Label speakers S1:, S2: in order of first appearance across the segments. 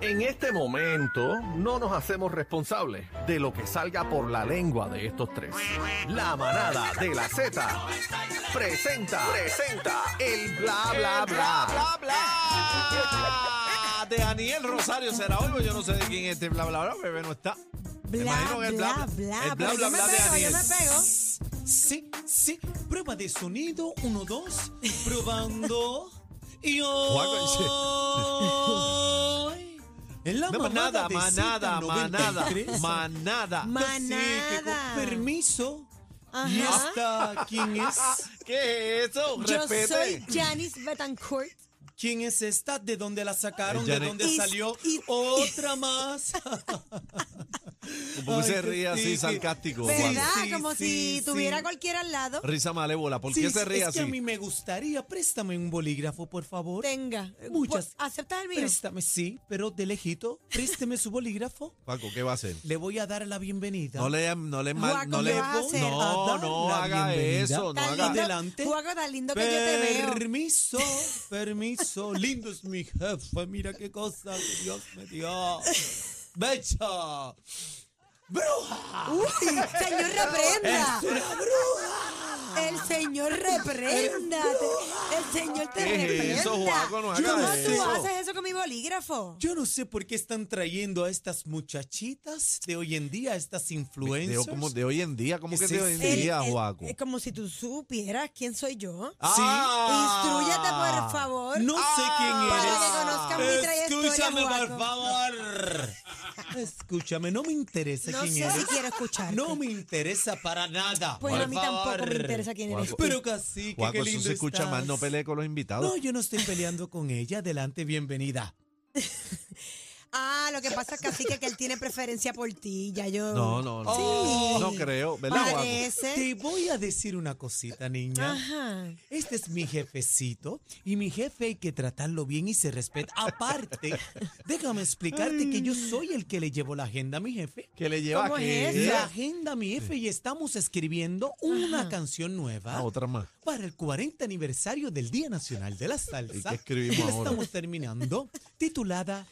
S1: En este momento no nos hacemos responsables de lo que salga por la lengua de estos tres. La manada de la Z presenta, presenta el bla bla bla.
S2: bla bla de Daniel Rosario será hoy, Pues yo no sé de quién es este bla bla bla, bebé no está. Me
S3: Bla,
S2: imagino que
S3: bla,
S2: el bla,
S3: bla,
S2: el bla, bla,
S3: pero yo me
S2: bla de
S3: pego, yo
S2: Daniel.
S3: me pego.
S2: Sí, sí, prueba de sonido, uno, dos, probando. Y hoy... En la
S4: No,
S2: manada, manada,
S4: manada de
S2: manada, manada.
S4: Z93. Así que
S3: Manada.
S4: con permiso.
S3: Ajá.
S4: ¿Y esta quién es?
S2: ¿Qué es eso?
S3: Yo
S2: Respete.
S3: soy Janice Betancourt.
S4: ¿Quién es esta? ¿De dónde la sacaron?
S2: Ay,
S4: ¿De
S2: Janet.
S4: dónde
S3: Y-
S4: salió?
S3: y-
S4: Otra más.
S2: Porque se
S4: Ay,
S2: ríe
S4: sí,
S2: así
S4: que-
S2: sarcástico.
S4: Sí,
S3: ¿Verdad?
S4: sí,
S3: Como si
S4: sí,
S3: tuviera
S4: sí.
S3: cualquiera al lado.
S2: Risa malévola, ¿por qué
S4: Sí,
S2: se ríe
S4: es
S2: así?
S4: que a mí me gustaría. Préstame un bolígrafo, por favor.
S3: Tenga.
S4: Muchas.
S3: Por- ¿Aceptas pues, el mío?
S4: Préstame, sí, pero de lejito. Présteme su bolígrafo.
S2: Paco, ¿qué va a hacer?
S4: Le voy a dar la bienvenida.
S2: No le, no le, mal-
S3: Juaco,
S2: no
S3: ¿qué
S2: le,
S3: vas a hacer?
S4: A
S2: no,
S4: dar
S2: no
S4: la
S2: haga
S4: bienvenida.
S2: eso, no
S3: Tan
S2: haga.
S3: lindo,
S4: Adelante.
S3: Juaco, tan lindo que yo te veo.
S4: Permiso, permiso. Lindo es mi jefe. Mira qué cosa que Dios me dio. Becha. Bruja.
S3: ¡Uy! ¡Señor, reprenda! ¡El señor reprenda! Te- ¡El señor te
S2: ¿Qué
S3: reprenda!
S2: es eso, Juaco? No
S4: Yo
S3: ¿Cómo
S2: haga
S3: tú
S4: no sé.
S2: eso.
S3: haces eso con mi bolígrafo?
S4: Yo no sé por qué están trayendo a estas muchachitas de hoy en día, a estas
S2: De,
S4: influencers.
S2: como de hoy en día, ¿cómo
S4: ¿Qué
S2: que
S4: es
S2: de hoy en
S4: eso?
S3: El-
S2: día,
S3: el-
S2: Juaco?
S3: Es como si tú supieras quién soy yo.
S2: Ah.
S3: Instrúyate, por favor.
S4: No sé quién
S3: Ah, Para que
S4: eres.
S3: conozcan mi trayectoria,
S4: Escúchame, por
S3: Juaco.
S4: favor. Escúchame, no me interesa
S3: No
S4: quién
S3: sé
S4: eres.
S3: si quiero escucharte.
S4: No me interesa para nada.
S3: Pues
S4: por
S3: a mí tampoco
S4: favor.
S3: me interesa quién eres.
S2: Juaco.
S3: tú.
S4: Pero casi, que
S2: Juaco,
S4: qué
S2: eso
S4: lindo
S2: se escucha
S4: estás.
S2: más, no pelee con los invitados.
S4: No, yo no estoy peleando con ella. Adelante, bienvenida.
S3: Ah, lo que pasa es que así que, que él tiene preferencia por ti, ya yo.
S2: No, no, no.
S3: Sí.
S2: No creo, ¿verdad, Juaco?
S3: Parece.
S4: Te voy a decir una cosita,
S2: Ah.
S4: niña.
S3: Ajá.
S4: Este es mi jefecito y mi jefe hay que tratarlo bien y se respeta. Aparte, déjame explicarte que yo soy el que le llevo la agenda a mi jefe.
S2: ¿Qué le lleva
S3: ¿Cómo
S2: a
S3: es
S2: qué?
S3: eso?
S4: La agenda a mi jefe y estamos escribiendo una canción nueva.
S2: Ah, otra más.
S4: para el 40 aniversario del Día Nacional de la Salsa.
S2: ¿Y qué escribimos
S4: Y la
S2: ahora?
S4: estamos terminando, titulada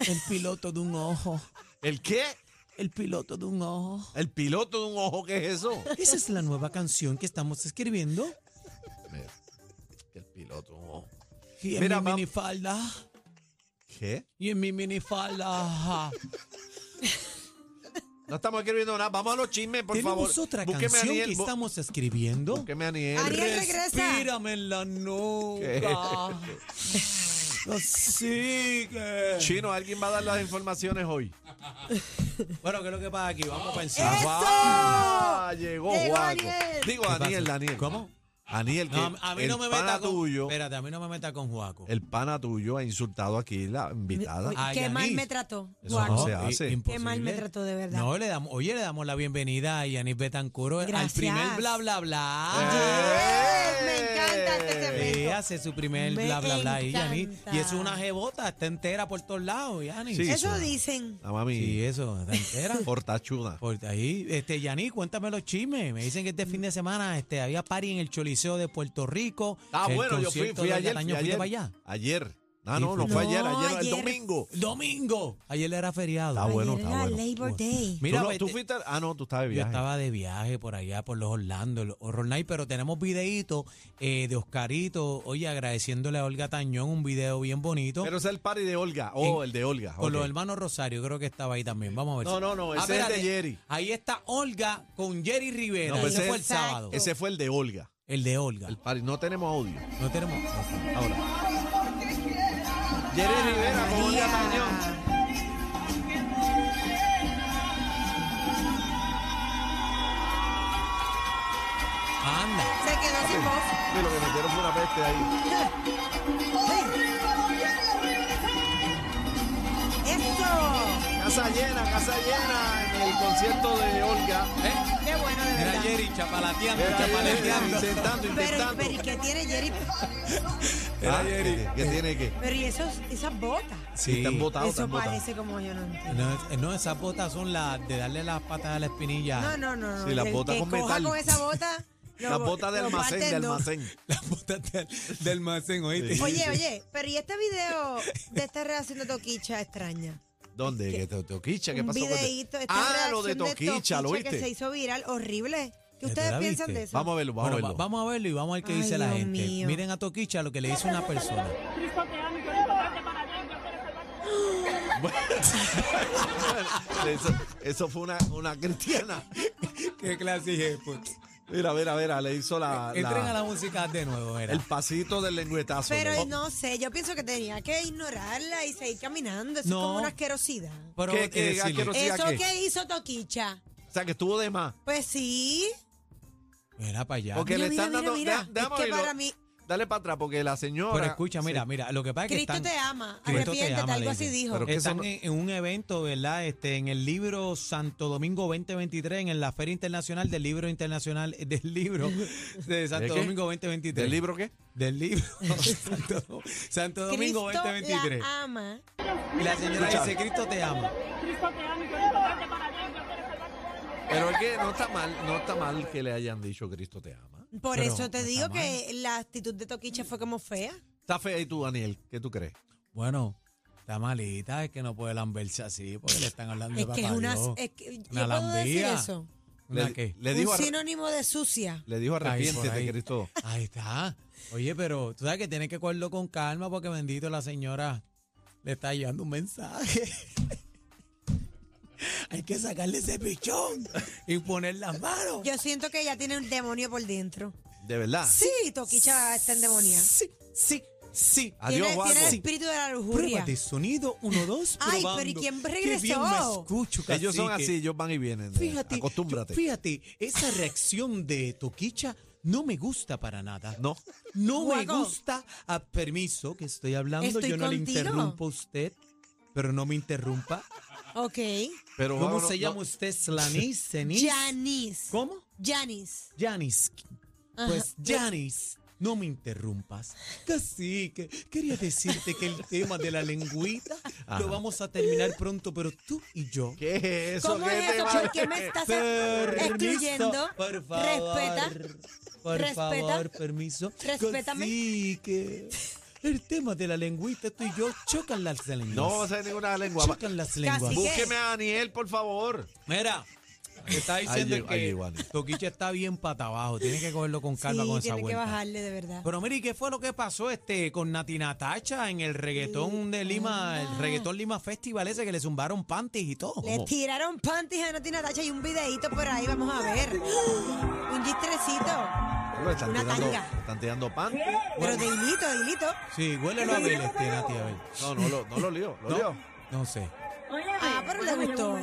S4: El piloto de un ojo,
S2: ¿El qué?
S4: el piloto de un ojo.
S2: ¿El piloto de un ojo? ¿Qué es eso?
S4: Esa es la nueva canción que estamos escribiendo.
S2: Mira, El piloto de un ojo.
S4: Y en
S2: Mira,
S4: mi
S2: mam-
S4: minifalda,
S2: ¿Qué?
S4: y en mi minifalda.
S2: No estamos escribiendo nada. Vamos a los chismes, por
S4: Tenemos
S2: favor.
S4: otra
S2: Búsqueme a
S4: canción
S2: Aniel,
S4: que
S2: bú-
S4: estamos escribiendo.
S2: Búsqueme a Aniel.
S3: Ariel, regresa.
S4: Respírame en la nuca. Así que...
S2: Chino, ¿alguien va a dar las informaciones hoy?
S4: Bueno, ¿qué es lo que pasa aquí? Vamos a
S2: Ah,
S4: pensar.
S2: ¡Eso! Llegó
S3: Llegó
S2: Juaco.
S3: Aniel.
S2: Digo,
S4: ¿Qué
S2: Daniel,
S4: pasa?
S2: Daniel.
S4: ¿Cómo?
S2: Aniel, que
S4: No, a a mí
S2: el
S4: no me
S2: pana
S4: meta con,
S2: tuyo,
S4: Espérate, a mí no me meta con Juaco.
S2: el pana tuyo ha insultado aquí la invitada.
S3: Uy,
S4: Ah,
S3: Qué
S4: Yanis.
S3: mal me trató.
S2: Eso
S3: Juaco.
S2: no se hace.
S4: i- eh, imposible.
S3: Qué mal me trató, de verdad.
S4: No, le damos, oye, le damos la bienvenida a Yanis Betancuro al
S3: Gracias.
S4: primer bla bla
S2: Eh,
S4: bla.
S3: Yes, Eh, me encanta este segmento.
S4: Eh, hace su primer
S3: Me
S4: bla bla bla y Yanis.
S3: encanta.
S4: Y es una jebota, está entera por todos lados, Yanis.
S2: Sí,
S3: Eso
S2: suena.
S3: dicen.
S2: La mami
S4: Sí, eso, está entera.
S2: fortachuda.
S4: Por ahí, este, Yanis, cuéntame los chismes. Me dicen que este fin de semana este, había party en el Choliseo de Puerto Rico.
S2: Ah,
S4: El
S2: bueno, yo fui,
S4: concierto
S2: fui
S4: de
S2: ayer. fui
S4: Cataño, ¿fuiste
S2: ayer.
S4: para allá?
S2: Ayer. Ah,
S4: Sí,
S2: no, no
S4: fui.
S2: fue ayer,
S3: No,
S2: ayer, no, el
S3: ayer.
S2: domingo.
S4: Domingo. Ayer era feriado.
S2: Ah, bueno,
S3: Ayer
S2: está
S3: era
S2: bueno.
S3: Labor Day.
S4: Mira,
S2: ¿Tú, no-
S4: vete-
S2: tú fuiste. Ah, no, tú estabas de
S4: Yo
S2: viaje.
S4: estaba de viaje por allá, por los Orlando, los Horror Night, pero tenemos videíto eh, de Oscarito, oye, agradeciéndole a Olga Tañón, un video bien bonito.
S2: Pero ese es el party de Olga. Oh,
S4: En-
S2: el de Olga.
S4: con
S2: ok.
S4: los hermanos Rosario, creo que estaba ahí también. Vamos a ver.
S2: No,
S4: si-
S2: no, no, ese es el
S4: espérate.
S2: de Jerry.
S4: Ahí está Olga con Jerry Rivera.
S2: No, pues
S4: ese
S2: ese-
S4: fue el sábado.
S2: Ese fue el de Olga.
S4: El de Olga.
S2: El party. No tenemos audio.
S4: No tenemos.
S2: Ahora. Jerry Rivera con Olga Tañón.
S4: Anda.
S3: Se quedó sin voz.
S2: Sí, lo que metieron fue una peste ahí.
S3: Eso.
S2: Casa llena, casa llena en el concierto de Olga.
S4: Eh,
S3: Qué bueno, de
S4: Mira
S3: verdad.
S4: Jerry chapalateando,
S2: Era Jerry
S4: chapaleteando.
S2: intentando,
S3: Pero,
S2: intentando.
S3: pero ¿y qué tiene Jerry?
S2: Era Jerry. ¿Qué tiene que?
S3: Pero ¿y esos, esas botas?
S4: Sí.
S2: Están botados,
S3: Eso
S2: están botados.
S3: parece como yo no entiendo.
S4: No, es- no, esas botas son las de darle las patas a la espinilla.
S3: No, no, no. no.
S2: Sí, las
S3: El
S2: botas
S3: que
S2: con
S3: coja
S2: metal.
S3: con esa bota Lo-
S2: Las botas de
S3: lo
S2: almacén, de
S3: parten dos.
S2: almacén.
S4: Las botas de, de almacén, oíste.
S3: Oye, oye, pero ¿y este video de esta reacción de Toquicha extraña?
S2: ¿Dónde? ¿Qué, to- Toquicha? ¿Qué
S3: Un
S2: pasó? con-
S3: videíto, esta
S2: ah,
S3: reacción
S2: lo de Toquicha, ¿lo
S3: que se
S2: viste?
S3: hizo viral, horrible. ¿Qué
S4: ¿Tú
S3: ustedes
S4: la
S3: piensan
S4: viste?
S3: de eso?
S2: Vamos a verlo, vamos
S4: Bueno,
S2: a
S4: va-
S2: verlo.
S4: vamos a verlo y vamos a ver qué
S3: Ay,
S4: dice la
S3: Dios
S4: gente.
S3: mío.
S4: Miren a Toquicha lo que le hizo una persona.
S2: Eso, eso fue una, una cristiana.
S4: Qué clase jefe.
S2: Mira, mira, mira, le hizo la,
S4: Entren
S2: la-
S4: a la música de nuevo, mira.
S2: el pasito del lengüetazo.
S3: Pero
S2: Oh,
S3: no sé, yo pienso que tenía que ignorarla y seguir caminando. Eso
S4: No.
S3: es como una asquerosidad.
S4: Pero
S2: ¿Qué-
S4: hay que
S2: qué
S4: decirle,
S2: quiero- Así
S3: ¿Eso
S2: aquí.
S3: que hizo Toquicha?
S2: O sea, que estuvo de más.
S3: Pues sí.
S4: Mira para allá.
S2: Ok. Que
S3: Mira,
S2: le
S3: mira,
S2: están
S3: mira,
S2: dando-
S3: mira.
S2: da- dame
S3: es que
S2: oírlo.
S3: para mí,
S2: Dale para atrás porque la señora...
S4: Pero escucha, mira, mira, lo Ah, que pasa es que
S3: Cristo
S4: están-
S3: te ama,
S4: Cristo te
S3: arrepiéntete,
S4: ama,
S3: algo
S4: le
S3: así
S4: dicen.
S3: dijo.
S2: Pero que eso
S4: Están
S2: no-
S4: en, en un evento, ¿verdad? Este, en el libro Santo Domingo 2023, en la Feria Internacional del Libro Internacional eh, del Libro de Santo
S2: qué?
S4: Domingo 2023.
S2: ¿Del libro qué?
S4: Del libro Santo, Santo Domingo
S3: Cristo
S4: 2023.
S3: la ama.
S4: Y la señora
S2: Escucha.
S4: dice, Cristo te ama.
S2: Pero es que no está mal, no está mal que le hayan dicho Cristo te ama.
S3: Por
S4: Pero
S3: eso te
S4: está
S3: digo
S4: mal.
S3: que la actitud de Toquicha fue como fea.
S2: Está fea y tú, Daniel, ¿qué tú crees?
S4: Bueno, está malita, es que no puede lamberse así, porque le están hablando
S3: Es
S4: de
S3: que es
S4: papá
S3: una.
S4: Dios.
S3: Es que, yo
S4: Una
S3: puedo decir
S4: lambía.
S3: eso.
S4: ¿Una
S2: le,
S4: qué?
S2: le dijo
S3: un
S2: arre-
S3: sinónimo de sucia.
S2: le dijo
S4: Ahí, por
S2: arrepiéntete,
S4: ahí.
S2: Cristo.
S4: Ahí está. Oye, pero tú sabes que tienes que cogerlo con calma, porque bendito la señora le está llevando un mensaje. Hay que sacarle ese pichón y poner las manos.
S3: Yo siento que ella tiene un demonio por dentro.
S2: De verdad.
S3: Sí, Toquicha está en demonio.
S4: Sí, sí, sí.
S2: Adiós,
S3: tiene, tiene el
S2: guapo.
S3: espíritu de la lujuria.
S4: Pruébate, sonido 1, 2,
S3: Ay,
S4: probando.
S3: pero ¿y quién
S4: Qué bien me
S3: regresó?
S4: escucho,
S2: Ellos son
S4: cacique.
S2: así, ellos van y vienen. eh,
S4: Fíjate,
S2: Acostúmbrate.
S4: yo- fíjate, esa reacción de Toquicha no me gusta para nada.
S2: No.
S4: No me
S3: Guaco.
S4: gusta. A permiso que estoy hablando,
S3: Estoy
S4: yo no
S3: contigo.
S4: le interrumpo a usted, pero no me interrumpa.
S3: Ok.
S2: Pero
S4: ¿Cómo
S2: vámonos,
S4: se llama
S2: no-
S4: usted? Slanis, Cenis.
S3: Janis.
S4: ¿Cómo?
S3: Janis.
S4: Janis.
S3: Ajá.
S4: Pues Janis. No me interrumpas. Casi que quería decirte que el tema de la lengüita
S2: Ajá.
S4: lo vamos a terminar pronto, pero tú y yo
S2: ¿Qué es eso?
S3: ¿Cómo es
S2: te
S3: eso?
S2: va-
S3: ¿Por qué me estás
S4: Permiso,
S3: excluyendo?
S4: Por favor,
S3: Respeta.
S4: Por
S3: Respeta.
S4: favor, permiso.
S3: Respétame.
S4: Sí, que el tema de la lengüita, tú y yo chocan las lenguas.
S2: No vamos a hacer ninguna lengua. Va-
S4: chocan las lenguas.
S3: Así que-
S2: Búsqueme a Daniel, por favor.
S4: Mira, te está diciendo
S2: Ahí llegó, ahí llegó,
S4: que
S2: Ani.
S4: Toquicha está bien pata abajo. Tiene que cogerlo con calma
S3: sí,
S4: con esa
S3: tiene que
S4: vuelta.
S3: bajarle de verdad.
S4: Pero mire, ¿y ¿qué fue lo que pasó este con Natina Tacha en el reggaetón de Lima, el reggaetón Lima Festival ese que le zumbaron panties y todo?
S3: Le tiraron panties a Natina Tacha y un videito por ahí, vamos a ver. Un gistrecito.
S2: Bueno, están,
S3: Una
S2: tirando,
S3: tanga.
S2: están tirando pan.
S3: Pero de hilito, de hilito.
S4: Sí, huélelo a ver, este, Nati, a ver.
S2: No, no lo, no lo lío, lo lío.
S4: No sé.
S3: Ah, pero le gustó.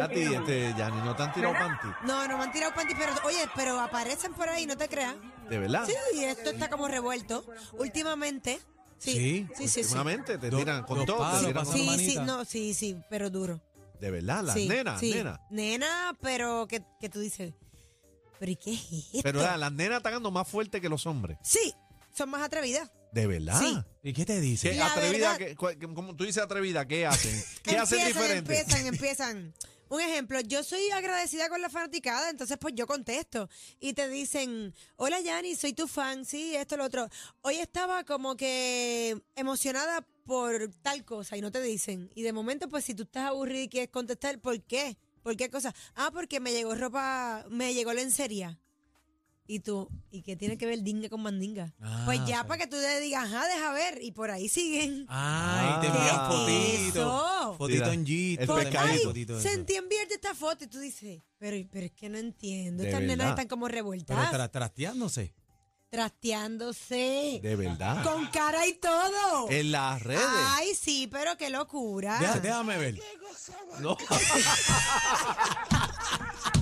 S2: A ti, este, Yanni, no te han tirado panty.
S3: No, no me han tirado panties, pero oye, pero aparecen por ahí, no te creas.
S2: De verdad.
S3: Sí, y esto está como revuelto. Últimamente. Sí, sí, sí. Sí,
S2: Últimamente te
S4: Dos-
S2: tiran con
S4: dos
S2: todo.
S4: pasos,
S2: te tiran con-
S4: pasan
S3: sí,
S4: la
S3: sí,
S4: manita.
S3: no, sí, sí, pero duro.
S2: De verdad, las
S3: sí,
S2: nenas,
S3: sí.
S2: nenas.
S3: Nena, pero que, que tú dices, pero ¿y qué es esto?
S2: Pero la- las nenas están dando más fuerte que los hombres.
S3: Sí, son más atrevidas.
S2: De verdad.
S3: Sí.
S4: ¿Y qué te dice?
S2: ¿Qué
S3: La
S2: atrevida?
S3: verdad-
S2: que- cua- que- como tú dices atrevida, ¿qué hacen? ¿Qué hacen diferente?
S3: Empiezan, empiezan. Un ejemplo, yo soy agradecida con la fanaticada, entonces pues yo contesto y te dicen, hola Yanni, soy tu fan, sí, esto, lo otro. Hoy estaba como que emocionada por tal cosa y no te dicen. Y de momento pues si tú estás aburrida y quieres contestar, ¿por qué? ¿Por qué cosa? Ah, porque me llegó ropa, me llegó lencería. Y tú, ¿y qué tiene que ver dinga con mandinga?
S4: Ah,
S3: pues
S4: o
S3: ya
S4: sea.
S3: para que tú le digas, ajá, deja ver, y por ahí
S2: Ah,
S3: siguen.
S4: Ay, te
S2: ¿Qué
S4: envían
S3: es eso?
S4: fotitos. Fotito
S2: Mira,
S4: en Gito.
S2: el
S4: te envían
S2: pescadito.
S4: fotitos de eso.
S3: Sentí enviarte esta foto y tú dices, pero, pero es que no entiendo.
S2: De
S3: Estas nenas
S2: verdad.
S3: están como
S4: Pero
S3: revueltas,
S4: tra- trasteándose.
S3: trasteándose,
S2: De verdad.
S3: con cara y todo.
S2: En las redes.
S3: Ay, sí, pero qué locura.
S4: Deja- déjame ver.
S2: No.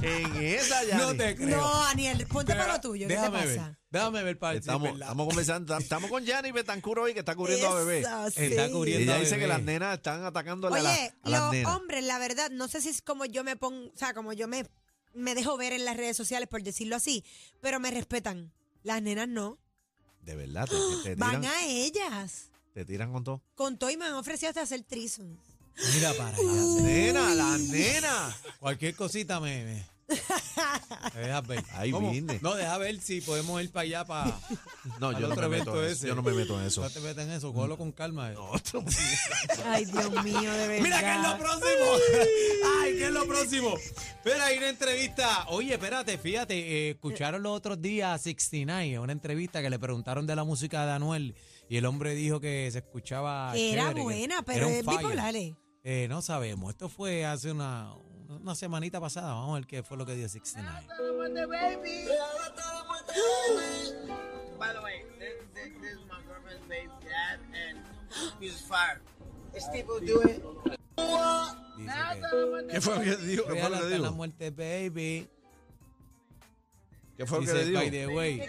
S2: en esa, Yanni.
S4: No te creo.
S3: no, Daniel, ponte
S4: Deja-
S3: para lo tuyo. ¿Qué te
S4: déjame
S3: pasa?
S4: ver. Déjame ver para ver si es
S2: Estamos,
S4: verdad.
S2: estamos conversando, estamos con Yanni Betancur hoy que está cubriendo a bebé.
S3: Eso, sí.
S4: Está cubriendo.
S2: Ella
S4: a
S2: dice
S4: bebé.
S2: que las nenas están atacando a, la-
S3: Oye,
S2: a las
S3: los
S2: nenas.
S3: hombres, la verdad, no sé si es como yo me pongo, o sea, como yo me, me dejo ver en las redes sociales, por decirlo así, pero me respetan. Las nenas no.
S2: De verdad, te, te- te
S3: Van
S2: tiran,
S3: a ellas.
S2: te tiran con todo.
S3: Con todo y me han ofrecido hasta hacer trison.
S4: Mira para allá.
S3: Uh.
S2: Nena, las nenas.
S4: Cualquier cosita me. me- Deja ver.
S2: Ahí
S4: ¿Cómo?
S2: vine.
S4: No, deja ver si podemos ir para allá para.
S2: No, yo no, me meto en eso, yo no me meto en eso.
S4: No te metas en eso, cógelo con calma. eh.
S3: Ay, Dios mío, de verdad.
S4: Mira, ¿qué es lo próximo? Ay, ¿qué es lo próximo? Espera, hay una entrevista. Oye, espérate, fíjate, eh, escucharon los otros días a 69, una entrevista que le preguntaron de la música de Anuel y el hombre dijo que se escuchaba.
S3: Era
S4: chévere, que
S3: buena, pero
S4: era un
S3: es
S4: fire.
S3: bipolar, eh.
S4: Eh, no sabemos, esto fue hace una, una semanita pasada, vamos a ver qué fue lo que dio 69.
S5: By the way, this, this, this is my girlfriend's baby dad, and he's fire. Is people do it?
S4: Dice
S2: ¿Qué fue lo que dijo?
S4: que,
S2: ¿Qué fue lo
S4: "Real
S2: que
S4: hasta la
S2: dijo?
S4: muerte, baby.
S2: ¿Qué fue lo que
S4: Dice,
S2: le dijo?
S4: by the way,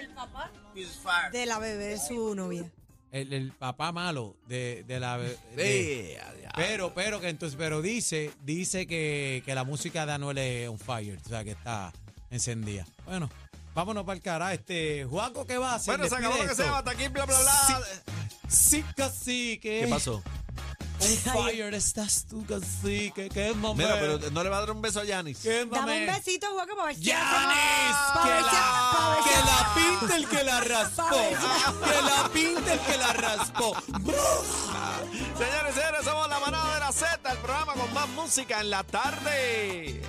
S3: El papá
S5: He's fire.
S3: de la bebé de su novia.
S4: el, el papá malo de, de la... de-
S2: Eh, adiós.
S4: Pero, pero que entonces, pero dice, dice que, que la música de Anuel es on fire, o sea que está encendida. Bueno, vámonos para el cara. Este, Juaco, ¿qué va a hacer?
S2: Bueno, se acabó lo que se llama, hasta aquí, bla, bla, bla.
S4: Sí, cacique.
S2: ¿Qué pasó?
S4: On fire estás tú, cacique. Quémame.
S2: Mira, pero no le va a dar un beso a Yanis.
S4: quémame.
S3: Dame un besito, Juaco, para ver si-
S4: ¡Yanis!
S3: Pa'
S4: ¡Que
S3: ver si- pa'
S4: la,
S3: ver si-
S4: que la pinta el que la raspó! ¡Que la pinta el que la raspó!
S2: Señores, señores, somos la manada de la Z, el programa con más música en la tarde.